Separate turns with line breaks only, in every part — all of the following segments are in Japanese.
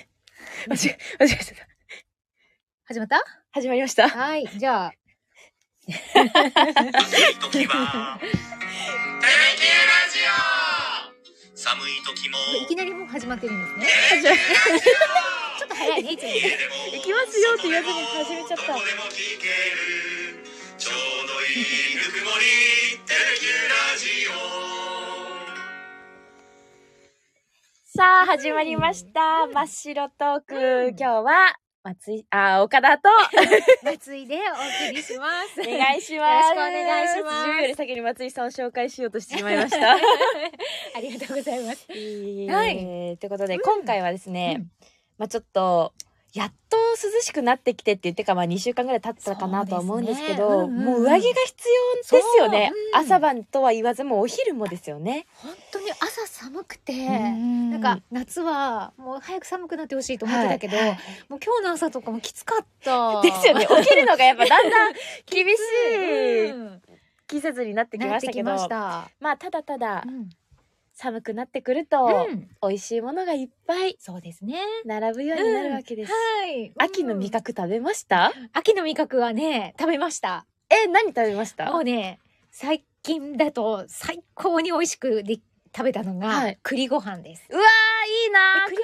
間違え、間違えちゃった。
始まった
始まりました。
はい。じゃあ、
暑い時は「テレキュラジオ」寒い時も
いきなりもう始まってるんですね。
始まり
「ラジオ
ちょっと早いね、いつも。
家でも
行きますよって言わずに始めちゃった
どこでも聞けるちょうどいいぬくもり「テレキュラジオ」
さあ、始まりました。真っ白トーク。今日は、松井、あ、岡田 と、
松井でお送りします。
お願いします。
よろしくお願いします
自分より先に松井さんを紹介しようとしてしま いました。
ありがとうございます。は
はいい。ということ
う
で、
ん
今回はですね、
うん
まあちょっと、やっと涼しくなってきてって言ってか、まあ2週間ぐらい経ったかなとは思うんですけど、
そうですねうんうんうん
もう上着が必要ですよね
そうう。ん
朝晩とは言わず、もうお昼もですよね。
本当に朝寒くて、
な
なんか、夏はもう早く寒くなってほしいと思ってたけど、
はい
もう今日の朝とかもきつかった。
ですよ ね。起きるのがやっぱだんだん厳し
う
い
ん。
季節になってき
な
まし
っ
てた
き
けど、
まし
ま
た。
あただただ
うん
寒くなってくると、美味しいものがいっぱい
そうですね。
並ぶようになるわけです。
はい。
秋の味覚食べました？
うん。秋の味覚はね、食べました。
え、何食べました？
もうね、最近だと最高に美味しくで食べたのが、
はい
栗ご飯です。
うわーいいなー
え栗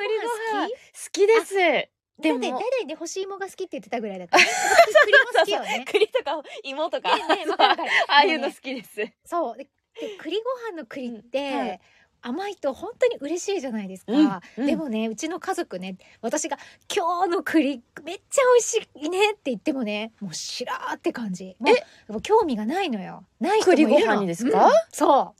ご飯好き
好きですで
でも
も
ね、大体ね、干し芋が好きって言ってたぐらい だから。栗も好きよね。
栗とか芋とか、
ねねわかるわかる
ああいうの
でも
好
ね
きです
そう。で、で栗ご飯の栗って、
うんはい
甘いと本当に嬉しいじゃないですか、
うん
でもねうちの家族ね私が「今日の栗めっちゃ美味しいね」って言ってもねもうしらーって感じもうもう興味がないのよない人もいるの
栗ご飯にですか
うんそ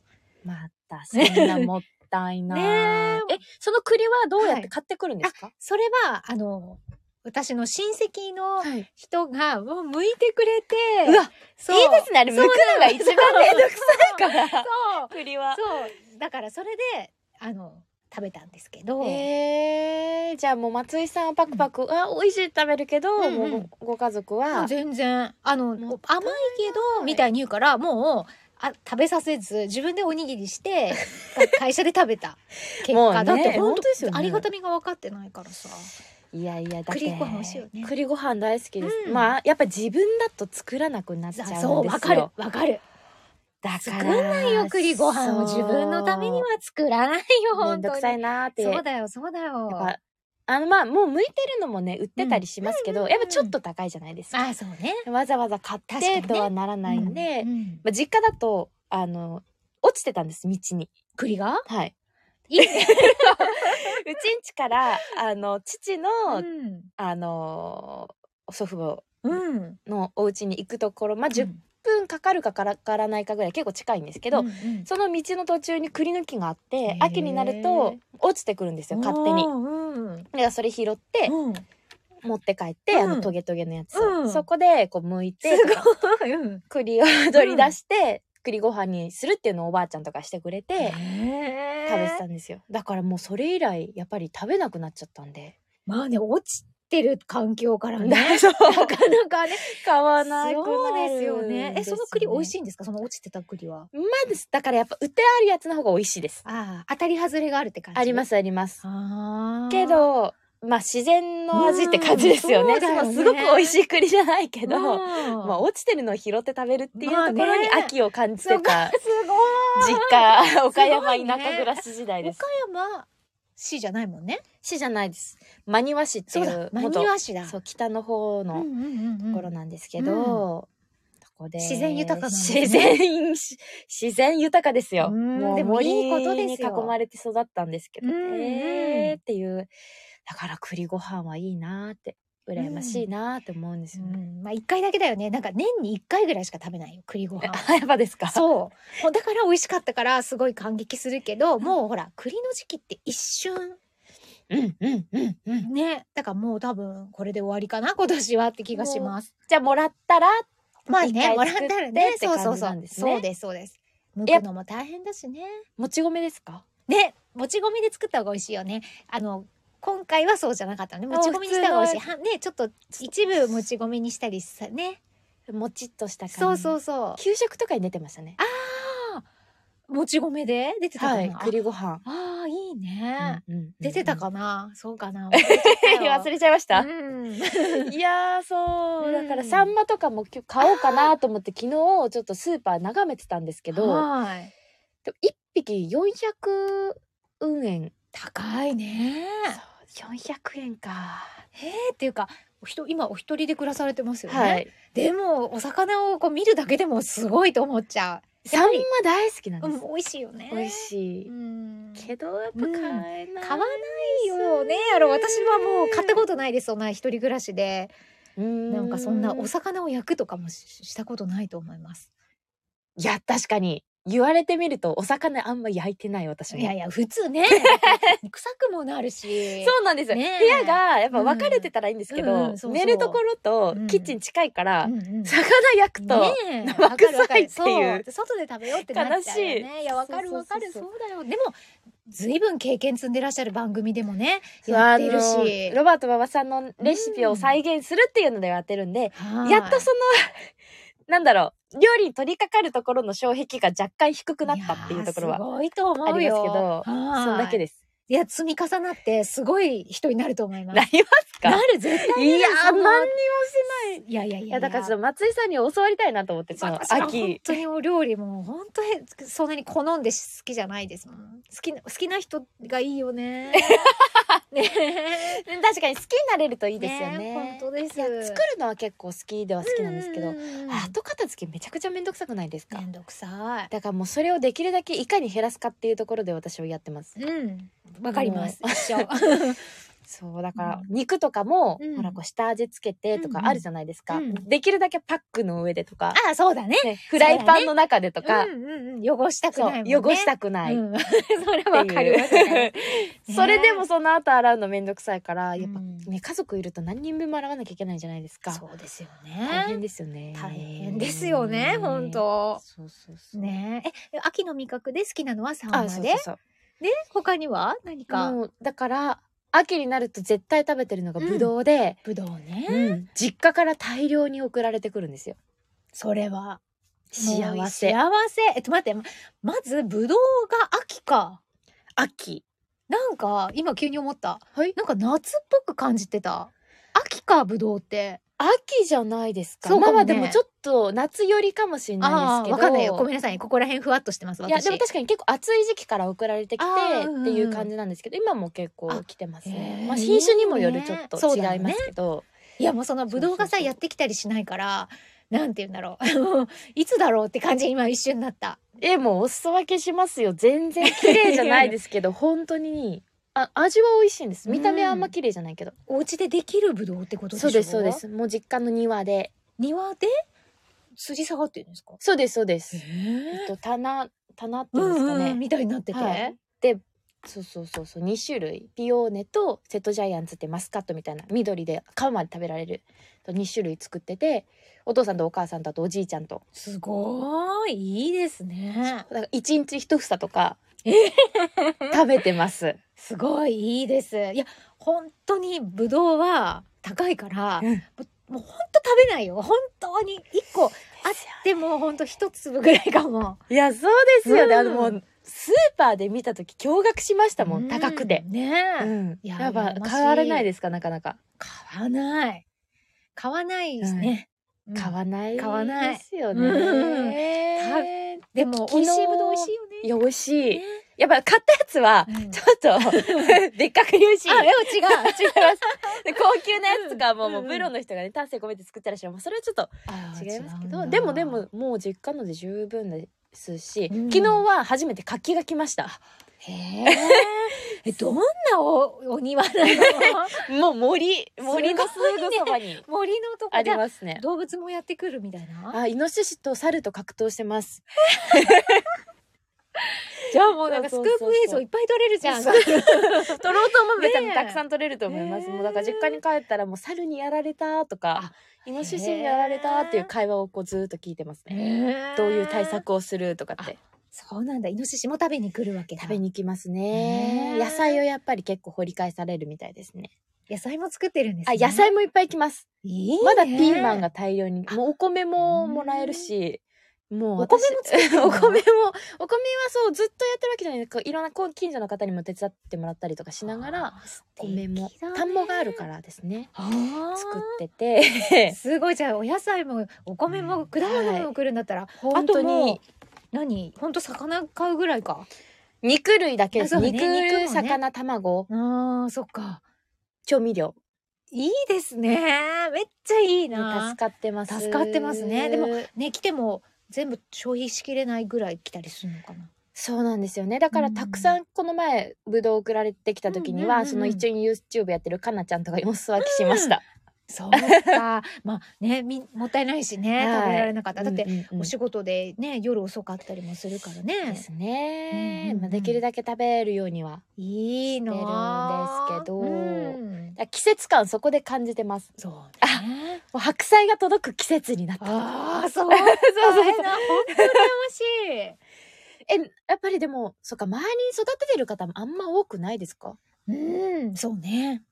う
またそんなもった いな
ね
えその栗はどうやっ
は
て
い
買ってくるんですか、
それはあの私の親戚の
い、
人がもう剥いてくれて
うわ
そう
いいですねあれ剥くのが一番めんどくさいから
そう
栗は
そうだからそれであの食べたんですけど、
えー、じゃあもう松井さんはパクパク、あ美味しいって食べるけど、
うんうん
もうごご家族
も
は
う全然あの甘
も
いけどみたいに言うからもうあ食べさせず自分でおにぎりして 会社で食べた結
もう
果
ね
だって
本
本
当ですよ
当
ね
ありがたみが分かってないからさ
いやいやだって
栗ご飯美味しいよね
栗ご飯大好きです、
うん
まあやっぱ自分だと作らなくなっちゃうんですよ
そう分かる分かる
だか
作
ら
んないよ栗ご飯を
そう
自分のためには作らないよ
め
本
んど
当
く
に
さいなーって
そうだよそうだよ
やっぱあのまあもう剥いてるのもね売ってたりしますけど、
うんうんう
や
ん
っぱちょっと高いじゃないですか、
ああそうね
わざわざ買って、
確かにね
とはならないんで、
うんうん
まあ、実家だとあの落ちてたんです道に
栗が
はい
いいね、
うちんちからあの父の、
うん
あの祖父母
うん、
のお家に行くところまあ10
分
分かかるかからからないかぐらい結構近いんですけど、その道の途中に栗の木があっ
へ
て
ー
秋になると落ちてくるんですよ勝手に。
うん
だからそれ拾って
うん、
持って帰って、あ
うん
のトゲトゲのやつ、
うん
そこでこう剥いてとか
ごい、うん、
栗を取り出して、栗ご飯にするっていうのをおばあちゃんとかしてくれて
へー
食べてたんですよだからもうそれ以来やっぱり食べなくなっちゃったんで、
まあね落ちてる環境からね
そう
なかなかね
買わなくなる
そうですよねえその栗美味し
い
いんですかその落ちてた栗は
まあですだからやっぱ売ってあるやつの方が美味しいです
ああ当たり外れがあるって感じ
ありますすあります
あー
けどまあ自然の味って感じですよね,、
うんそうだよね
すごく美味しい栗じゃないけど、
うん
まあ、落ちてるのを拾って食べるっていうとこ
まあ
ろ
ね
に秋を感じてた
すごい
実家岡山
すごいね
田舎暮らし時代です
岡山市じゃないもんね
市じゃないです真庭市って
そ
いうう
だ真
元
庭市だ
そう北の方
うんう
の
んうんうん
ところなんですけど、そこで
自然豊かなんですね
自然 自然豊かですよ
うん
も
で
う
も
森
いい
に
ことですよ
囲まれて育ったんですけどね、
うんうん
っていうだから栗ご飯はいいなーって羨ましいなーって思うんですよ
う
ね、
んまあ一回だけだよねなんか年に一回ぐらいしか食べないよ栗 ご飯は
あ やっぱですか
そう。もうだから美味しかったからすごい感激するけど、もうほら、栗の時期って一瞬
うんうんうんうん
ね。だからもう多分これで終わりかな、今年はって気がします。
じゃあもらったら
まあ
一
ね、
回
もらったら
作っ
ね
てっ、て
そうそ
感じ
うそ
な
う。
んですね
そうです、そうです。剥くのも大変だしね。
もち米ですか
ね、もち米で作った方が美味しいよね。あの、今回はそうじゃなかったので、もち米にした方が美味しい。
普
はね、ちょっと一部もち米にしたりさ、ね。
もちっとした感じ
そうそうそ
給食とかに出てましたね
う。もち米で出て
は
はいい、、
栗ご飯
ああ、いいいね。
うんうんうん
出てたかな、そうか な
忘れちゃいました、
うん。
いやーそう、
うん
だからサンマとかも今日買おうかなと思って昨日ちょっとスーパー眺めてたんですけど
はい。
でも1匹400運円
高いね。
400円か
えー、っていうか、お人今お一人で暮らされてますよね。
はい
でもお魚をこう見るだけでもすごいと思っちゃ
サンマ大好きなん
う。う
で
ん、
す
美、味しいよね。
美味しい、
うん。
けどやっぱ買えない、
買わないよね。あの私はもう買ったことないです。そんな一人暮らしで、
な
なんかそんなお魚を焼くとかもししたことないと思います。
いや確かに言われてみるとお魚あんま焼いてない私も
いやいや普通 ね、臭くもなるし。
そうなんですよ、
ねえ
部屋がやっぱ分かれてたらいいんですけど、
うんうんそうそう
寝るところと
うん
キッチン近いから、
うんうん。
魚焼くと、
ねえ
生臭い
わかるわかる
っていう
そう外で食べようってなっちゃうよ
悲
ねいやわかるわかる
そ
そうう
そ
だよでもずいぶん経験積んでらっしゃる番組でもね
そう
やってる
あ
し
のロバート馬場さんのレシピを再現するっていうのでやってるんで、
はい
やっとそのなんだろう料理に取り掛かるところの障壁が若干低くなったっていうところは
やすごいと思うよ
ありますけそ
はい
んだけです。
いや積み重なってすごい人になると思います
なりますか
なる絶対
いやー
そんな
何にもしない。
いやいやいや
いやだからちょっと松井さんに教わりたいなと思ってその
私は本
秋
当にお料理も本当にそんなに好んで好きじゃないですもん好きな好きな人がいいよ ねねえ
確かに好きになれるといいですよね
本当です。
いや作るのは結構好きでは好きなんですけど、
うううんうん
後片付けめちゃくちゃめんどくさくないですか、
めんどくさ
だからもうそれをできるだけいかに減らすかっていうところで私はやってます
い。うん、わかります。一緒。
そうだから肉とかも、
うん
ほらこう下味つけてとか
うんうん
あるじゃないですか、
うん
できるだけパックの上でとか、
ああ、そうだね。
ね、フライパンの中でとか
う、んうんうん、汚したく
そう
ないもんね。
汚したく
く
ない、
うん、それはわかるわ
って いう
ね
それでもその後洗うのめんどくさいからやっぱ、
うん
ね家族いると何人分も洗わなきゃいけないじゃないですか
そうですよ
大変
ね。
ですよね
大変ですよね、本当。
そうそうそう
ねえ、え秋の味覚で好きなのはサンマ
あ
で、
そうそうそう
で他には何か。
もうだから秋になると絶対食べてるのがブドウで、
ぶどうね、
うん実家から大量に送られてくるんですよ
それは
幸
もう
せ
幸せ。えっと待って、ままずぶどうが秋か。
秋
なんか今急に思った。
はい
なんか夏っぽく感じてた。秋かぶどうって。
秋じゃないですか
そうか
まあ
もね
まあでもちょっと夏よりかもしれない
あ
です
あー、
けど
わかんないよ。ごめんなさい。ここら辺ふわっとしてます。私
いやでも確かに結構暑い時期から送られてきて
あーうんうん
っていう感じなんですけど今も結構来てますね、
あへー
まあ、品種にもよるちょっと
そう
違
だね
いますけど、
いやもうそのぶどうが
そうそう
さ
そう
やってきたりしないから、 なんて言うんだろう。 いつだろうって感じ今一瞬になった。
えもうお裾分けしますよ全然綺麗じゃないですけ ど本当にあ味は美味しいんです見た目はあんま綺麗じゃないけど、
お家でできるぶどうってことでし
そ
ょ
うですそうで。すもう実家の庭で
庭で吊り下がってるんですか。
そうですそうです、えっ
え。
と棚棚って
う
いうん
ん
ですかね、
うんみたいになってて。
はいでそうそうそうそう2種類ピオーネとセットジャイアンツってマスカットみたいな緑で皮まで食べられる2種類作っててお父さんとお母さんとあとおじいちゃんと
すごいいいですね。
だから1日1房とか食べてます
すごいいいです。いや本当にぶどうは高いから、
うん
もうもう本当食べないよ。本当に一個あっても本当一粒ぐらいかも。
いやそうですよね、
うん
あのもうスーパーで見た時驚愕しましたもん、
う
高くて、
ね
う
え、
ん、
いや
やっぱ
羨ましい
買われないですかなかなか
買わない。買わないですね。うん
買わない
買わない
ですよ
うん
ね、
でも
昨
美
日
味しいぶどう美味しいよね。
いや美味しい、
ね
やっぱ買ったやつは
うん
ちょっ とでっかく言うし
あ、でも違う。
違います で高級なやつとかはもう,、
うん
もうプロの人がね丹精込めて作ったらしいもうそれはちょっと違いますけどでもでももう実家ので十分ですし、
うん
昨日は初めて柿が来ました
へえ。えどんなおお庭な の？
もう森森のすぐそばに
森のとこ
あり
じゃあ
ますね
動物もやってくるみたいな。
あイノシシと猿と格闘してます
じゃあもうなんかス
そ
ク
う
ー
そうそう
プ映像いっぱい撮れるじゃん。
そ
そうう
取ろうと思えば多分
ねえ
たくさん取れると思います、
ねえ
もうだから実家に帰ったらもう猿にやられたとかイノシシにやられたっていう会話をこうずーっと聞いてますね、どういう対。策をするとかって
そうなんだ。イノシシも食べに来るわけだ。
食べに行きますね
ねえ
野菜をやっぱり結構掘り返されるみたいですね
野菜も作ってるんです、
あ
ね。
野菜もいっぱい来ます
いいね
まだピーマン。が大量にもうお米ももらえるしもう
お米
私
も作ってる の
お米もお米はそうずっとやってるわけじゃないですこういろんなこう近所の方にも手伝ってもらったりとかしながら
あー素
お
敵だね
米も田んぼがあるからですね
あー
作って て
すごいじゃあお野菜もお米も果物も送るんだったら、
本当に
何本当魚買うぐらいか
肉類だけで
あ
す、
そうね
肉
肉もね
魚卵
あーそっか
調味料
いいですねめっちゃいい
に
な
助かってます
助かってますねでもね来ても全部消費しきれないぐらい来たりするのかな
そうなんですよねだから
うん
たくさんこの前ぶどう送られてきた時には、
うんうんうん
その一緒に YouTube やってるかなちゃんとかにお裾分けしました、
そうかまあねみもったいないしね、
はい
食べられなかっただって、
うんうんうん
お仕事でね夜遅かったりもするか
で
らね
すね、
うんうんうん
まあ、できるだけ食べるようにはい
いの
してるんですけど
うん
だから季節感そこで感じてます
そうね
もう白菜が届く季節になった
ああ、そ う。
そうそうそう
大変だ本当に羨ましい。
えやっぱりでもそっか周りに育ててる方もあんま多くないですか、
うん、そうね。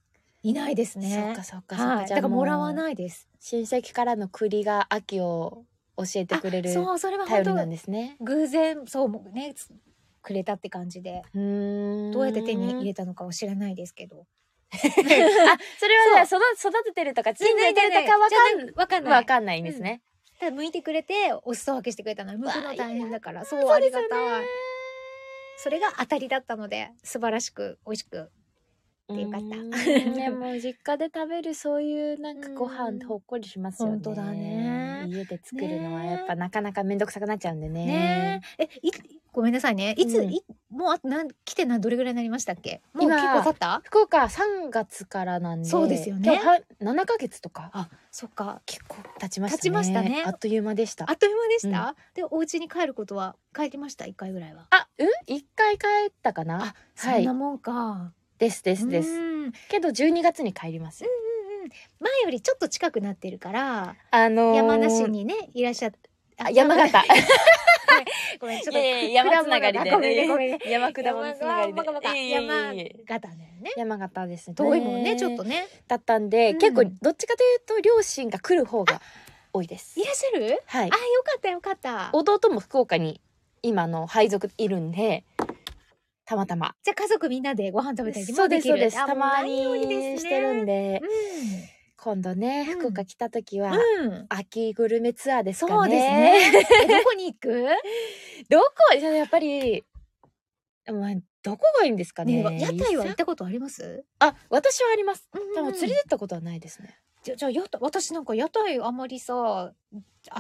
いないです
そ
ね
っか。そっかそっか、
はい、だからもらわないです。
親戚からの栗が秋を教えてくれる
あそう、それは
頼
本
りなん
当
ですね
偶然、そうもうね、つくれたって感じで、
うーん
どうやって手に入れたのかは知らないですけ ど。
あそれはじゃあ育育ててるとか手に入れてるとかわかん
わかんない。
わかんないんですね、
ただ剥いてくれて、お裾分けしてくれたのに、剥くの大変だから、そう、
そ
あ
うで
り
すよ
が
ね
たい。それが当たりだったので、素晴らしく、美味しく。ってよかった
う ーんでも実家で食べるそういうなんかご
う
飯
ん
ほっこりしますよね。
本当だね
家で作るのはやっぱなかなかめんどくさくなっちゃうんでね。
ねえ、い、ごめんなさいね。いつ、
うん
いもうあとなん来てなどれぐらいになりましたっけ？もう
今
結構経った？
福岡3月からなんで、
そうですよね
今日は7ヶ月とか
あ、そっか。
結構経ちましたね。
経ちましたね
あっという間でした
あ。っという間でした。で、お家に帰ることは帰りました一回ぐらいは。
あ、うん一回帰ったかな
あ。、
は
そん
い
な。もんか。
ですですで
う
す。
んうんうん。
けど12月に帰ります。
前よりちょっと近くなってるから、
あのー
山梨。にねいらっしゃっ。
あ山形。
ごめんちょっ
い
と
やいや山つながりで
果物がごめんねごめんね。
山果物つながり
山が
で。いえいえい
山
えいえ
形だよね。
山形ですね。
遠いもんねちょっとね。
だったんで、
うん
結構どっちかというと両親が来る方が多いです
い。らっしゃる？
は
あ、
い
よ。かったよかった。
弟も福岡に今あの配属いるんで、たまたま。
じゃあ家族みんなでご飯食べたり
そ
も
うで
ですき
そう
る
です。
あ
たまに
もう何よりです
し
ね
てるんで、
う
今度ね
うん
福岡来た時は。
ん。うん。
秋グルメツアーですかね。
そうですね。えどこに行く？
どこやっぱり、まあ、どこがいいんですかね。
ねえ、屋台は
い
行っ
さ
たことあります？
あ、私はあります。
で
でも
も
連れ
釣り
てったことはないですね。
じゃじゃあ屋台私なんか屋台あまりさ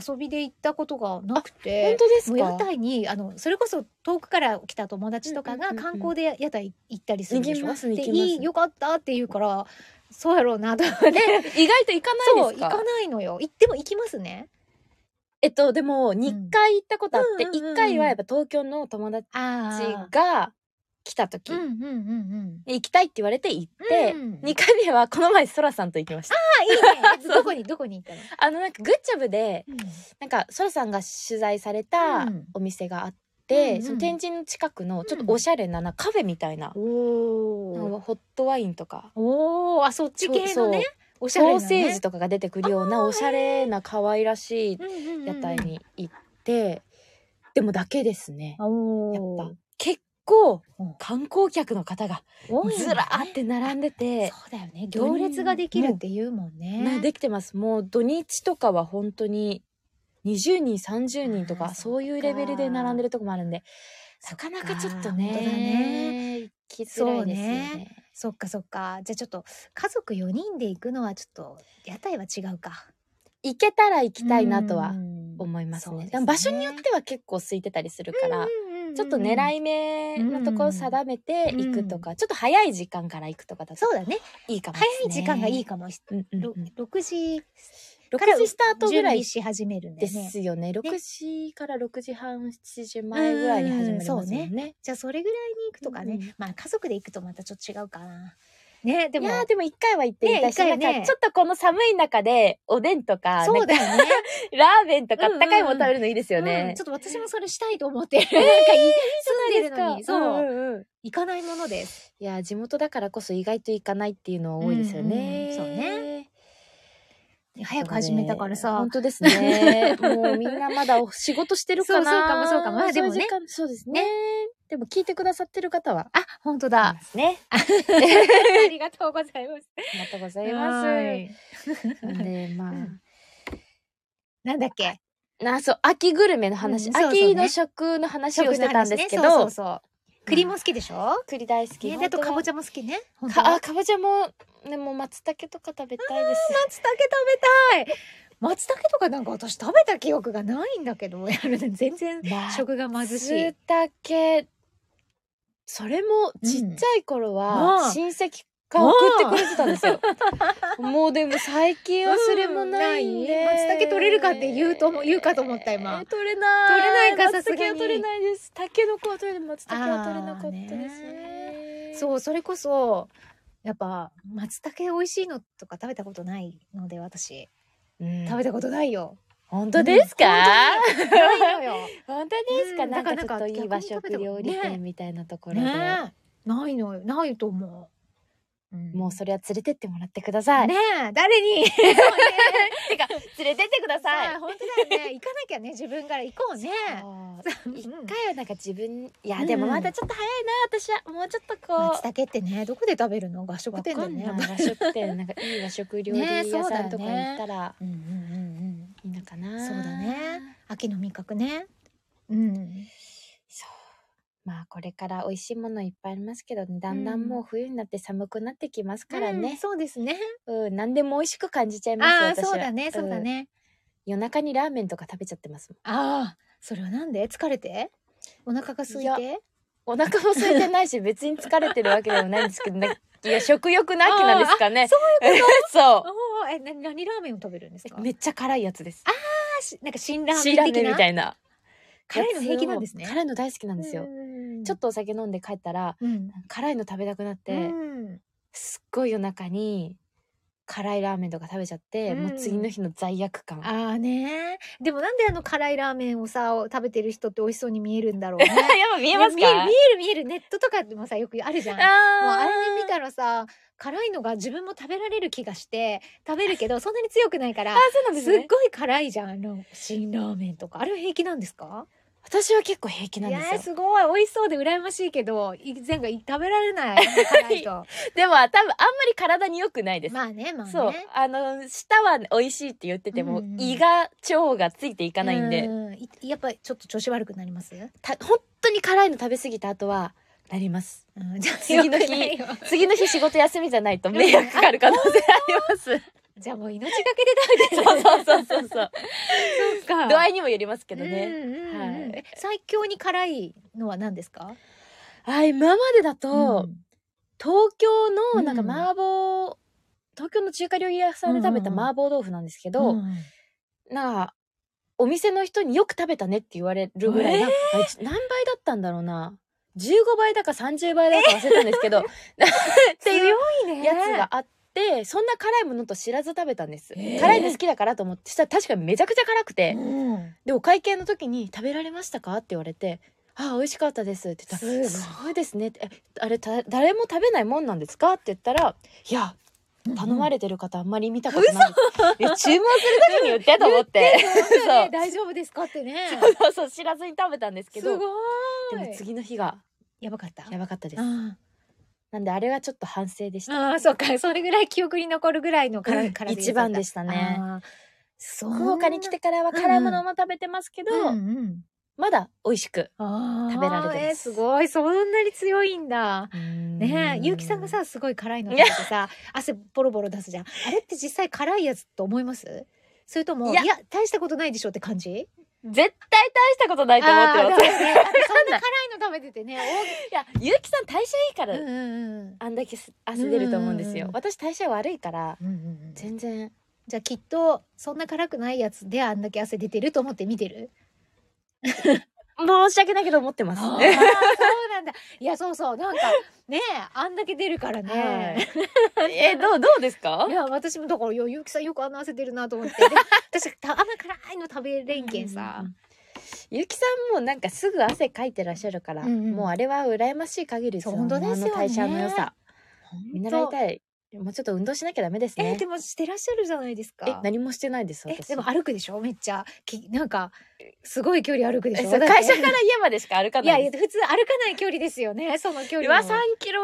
遊びで行ったことがなくて
本。当です
もう
か
屋。台にあのそれこそ遠くから来た友達とかが
うんうんうんう
観
ん
光で屋台行ったりするでしょ
行きます
で
行きます
いいよかったって言うからそうやろうなと思って、
意外と行かない
そう
です
行
か。
かないのよ行っても行きますね
えっと、でも、2回行ったことあって、
うんうんうんうん
1回はやっぱ東京の友達
あ
が来た時、
うんうんうんうん
行きたいって言われて行って、
うん
2回目はこの前、ソラさんと行きました。
あいいねどこにどこに行ったの
あの、なんか、グッチョブで、なんか、ソラさんが取材された
うん
お店があって、
うんうん
その天神の近くの、ちょっとおしゃれな、なんかカフェみたいな、
お
なん
ー
かホットワインとか、
おーあそっち系のねおしゃれ
ソ
な、
ー
ね、
セージとかが出てくるような、おしゃれな、可愛らしい屋台
うんうんうん
に行って、でもだけですね。や
お
っ
ー
ぱ結構
うん
観光客の方が
多いんだね
ずらーって並んでて、
そうだよね行列ができるっていうもん
な
ね
できてますもう土日とかは本当に20人30人と
あ
か
ー
そういうレベルで並んでるとこもあるんで
そ
な
っか
かなかちょっと
本当だね
ね行きづらいですよ
そう
ね。
そっかそっかじゃあちょっと家族4人で行くのはちょっと屋台は違うか
行けたら行きたいなとは思います
そうで
ね。
すね
でも場所によっては結構空いてたりするから、ちょっと狙
い
い目のところ定めて行くとか、ちょっと早い時間から行くとかだと
そうだね
いいかもです
早
ね。
い時間がいいかもし
うんうんう
ろ
ん。
6時から
6時スタートぐ
準
らい
備し始めるんだ
で
よね
すよね。六時から六時半、7時前ぐらいに始まりますよ
うんうんそう
ね。
じゃあそれぐらいに行くとかね、
うんうん
まあ家族で行くとまたちょっと違うかなねで
い
も
やーでも一回は行ってみたいし、
ね
な
一回
ん
ね
かちょっとこの寒い中でお でんとか、
そうだよね
なんかラーメンとかあ
うんうん
ったかいもの食べるのいいですよ
うん
ね
ちょ。っと私もそれしたいと思ってる。なんかい住んでるのに、そう、
んうんうん
行かないものです。
いやー地元だからこそ意外と行かないっていうのは多いですよね。
うんうんそうね
ね。
早く始めたからさ
本当です ね。もうみんなまだお仕事してるかな。
そうそうかもそうかもまあでもね
そういう時間そうですね。でも聞いてくださってる方は。
あ本当だ
いますね。あ
ありがとうござ います
りがとうござ
あ
います。
す
なんで、ま
うん
あ。
なんだっけ
な、そう、秋グルメの話、
うんそうそうね
秋の食の話をしてたんですけど、
食の話ねそうそうそう栗も好きでしょ
栗大好き。
ねであとかぼち
ゃ。
ゃも好きね本当は
か、あ、かぼちゃも、でも松茸とか食べたいです。
松茸食べたい松茸とかなんか私食べた記憶がないんだけどやるね全然食が貧しい
松茸それもちっちゃい頃
うんあ
は
あ
親戚が送ってくれてたん ですよ。もうでも最近はそれもないんで、
うんない松茸取れるかって言うと思う言うかと思った今
えー取れない
取れないか
松茸は
さすがに
取れないですタケノコは取れて松茸は取れなかったですねう
そうそれこそやっぱ松茸美味しいのとか食べたことないので私食
食
べ
べた
たことな いよ
本当ですか、
うん本当にないのよ
本当ですか、
うん
なんかち
な
ょ
か
っ
なか
といい和
逆
食
に食べたこと
料理
ね
店みたいなところで、
ねえないのよないと思う、うん
もうそれは連れてってもらってください、
ねえ誰 に
てか連れてってくだ
さあ本当だよね行かなきゃね自分から行こうね
そう
うん
一回はなんか自分いや、
うん
でもまだちょっと早いな私はもうちょっとこ
松
う
茸ってねどこで食べるの合食
わ
店
か
だよ
んない
ね
和食店なんかいい和食料理
ねそ
屋
う
さ
だよね
んとか行ったら
うんうんうんうん
いいのかな、
そうだね秋の味覚ねうん
そうまあこれから美味しいものいっぱいありますけど、ね、だんだんもう冬になって寒くなってきますから
うん
ね、
そうですね
うん何でも美味しく感じちゃいます
ああ
私は
そうだねそうだ
ん
ね
夜中にラーメンとか食べちゃってます
ああそれはなんで疲れてお腹が空い
いやも
て
んお腹も空いてないし別に疲れてるわけでもないんですけどねいや食欲の秋なんですかねそういうこと そう
おーえな何ラーメンを食べるんですか
めっちゃ辛いやつです。
あしなんか辛ラーメ
シ
ン
ーラー
的
メン
な
みたいな。
辛いの平気なんですね
辛いの大好きなんですよ。ちょっ
と
とお酒飲んで帰ったら
うん
辛いの食べたくなって、
うん
すっごい夜中に辛いラーメンとか食べちゃって、
うん
もう次の日の罪悪感。
ああねでもなんであの辛いラーメンをさ食べてる人って美味しそうに見えるんだろうね
ば見
ね見える見える見えるネットとかでもさよくあるじゃんもうあれで見
た
たらさ辛いのが自分も食べられる気がして食べるけ どそんなに強くないから
あー、そうなんですす
っ
ね。
ごい辛いじゃんあの辛ラーメンとかあれは平気なんですか
私は結構平気
い
なん
や
で
ー
すよ。
すごい美味しそうで羨ましいけどい前回食べられ ない辛いと
でも多分あんまり体に良くないです。
まあねまあね
そうあの舌は美味しいって言ってても、
うんうん
胃が腸がついていかないんで、
ういやっぱちょっと調子悪くなります、う
た本当に辛いの食べ過ぎた後はなります。
ん、じゃあ
次の日
良くないよ
次の日仕事休みじゃないと迷惑かかる可能性 あり
じゃあもう命がけで食べてる
ます。そうそうそうそうそう。
そうか
度合いにもよりますけど
う
ね。
んうんうん
はい
え最強に辛いのは何ですか
あ今までだと、
ん
東京のなんか
うん
麻婆、東京の中華料理屋さんで食べた
うんうんうん
麻婆豆腐なんですけど、
うん
なんかお店の人によく食べたねって言われるぐらい、
えー
なんかあち何倍だったんだろうな。15倍だか30倍だか忘れたんですけど、 っていう
強いね
やつがあって、そんな辛いものと知らず食べたんです。
えー
辛いの好きだからと思ってしたら確かにめちゃくちゃ辛くて、
うん
でお会計の時に「食べられましたか?」って言われて「ああ美味しかったです」って言ったら「
す
すごいですね」って「えあれた誰も食べないもんなんですか?」って言ったら「いや頼まれてる方あんまり見たことない」いや注文する時に言ってと思って
そうだよね
そう
大丈夫ですかってね
そうそうそう知らずに食べたんですけ
すご
ど
い
でも次の日が
やばかった
やばかったです
あ
なんであれはちょっと反省でし
ー
た
あーそうかそれぐらい記憶に残るぐらいの辛
う
い
ん
辛い
一番でしたね
あーそう
福岡に来てからは辛いものも食べてますけど、
うんうん
まだ美味しく
あー
食べられてます
えーすごいそんなに強いんだねえ、ゆうきさんがさ、すごい辛いの食べて さ、汗ボロボロ出すじゃん。あれって実際辛いやつと思いますそれとも、い
い
や
や
大したことないでしょって感じ
絶対大した ことないと思って
あーだ
ま
よ
す
ねだってそんな辛いの食べて てね、
いや、ゆうきさん代謝いいか
大
ら、
きうんうん
あんだけす汗出ると思うんです
うんうん
よ
う。ん
私代謝悪いから、
うんうん。
全然。
じゃあきっと、そんな辛くないやつであんだけ汗出てると思って見てる。
申し訳ないけど思ってま
あー
ね
そうなんだ。いや、そうそう。なんか、ねえ、あんだけ出るからね。
え、 どう、どうですか
いや私もだからよゆうきさんよくあんな汗出るなと思って でも私たあんま辛いの食べれんけんさ、。
ゆうきさんもなんかすぐ汗かいてらっしゃるから、
うんうん
もうあれは羨ましい限りですよ
そう本当ですよね
あの代謝の良さ。見習い
い
たい。もうちょっと運動しなきゃダメです
え
ね。
でもしてらっしゃるじゃないですか
え何もしてないです
え
私。
でも歩くでしょめっちゃきなんかすごい距離歩くで
え
しょ
そう
だって
会社から家までしか歩か
い
な
や
い
いや
です。
普通歩かない距離ですよねその距離
は
は
3キロ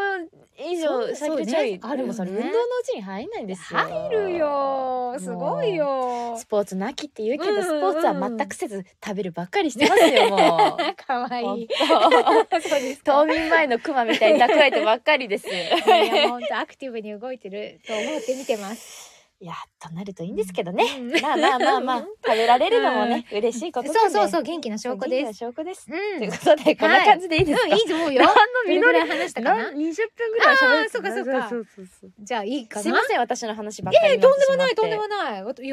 以
そう
上
そう
3
ね
キロちょい、
あるよね
でもそれ運動のうちに入んないんですよ。
入るよすごいよ
スポーツなきって言うけど、
うんうん
スポーツは全くせず食べるばっかりしてますよも
かわ
う。
いい
本
そうです
当
か
冬眠前のクマみたいに蓄えてばっかりです。
いやいや本当アクティブに動いてると思って見てます
いやとなるといいんですけどね。
うん
まあまあまあまあ食べられるのもね、嬉しいことなんで。
そうそうそうう元気な証拠
いい
で
な
す
証拠です。
うん
ということでこんな感じでいいですか。
うんいいと思うよ
何の実
どれぐ
り
らい話したかな
20分ぐらい喋
あーそうかそうか
そうそうそう
じゃあいいか
すい
な
ません私の話ばっかり
え
になっ
と
て
んで
しまっ
もない
て。
とんでもないおい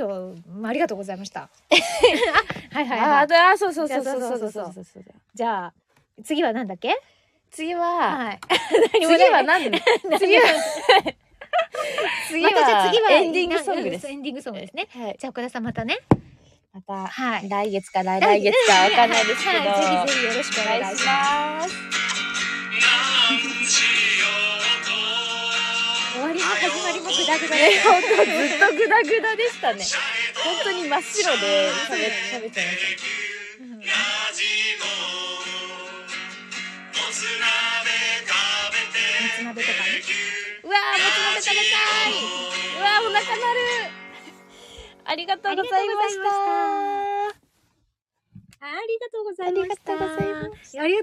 やありがとうございました あはいはい、
あ
は
ー
い、
だあーそうそうそうそうそうそう
そうそう
そうそう。
じゃあ次はなんだっけ
次は、
はい
次
何もない
は 何次は次
またじゃあ次は
エンディングソングです
なエンディングソングですね
はい
じゃあ岡田さんまたね
また
はい
来月か来来月かわかんないですけど、
はい、ぜひぜひよろしくお
お
願いし
願いしま
ます
す。
何しようと
終わりも始まりもグダグダ
ね
で
本当ずっとグダグダでしたね
シ。ャレ
本当に真っ白で喋喋ってました。
ラジオもつ鍋食べて
もつ鍋とかね
うわー、もつ鍋食べたい。うわー、お腹鳴る。ありがとうございました。
ありがとうご
ざいました
ありがとうございました。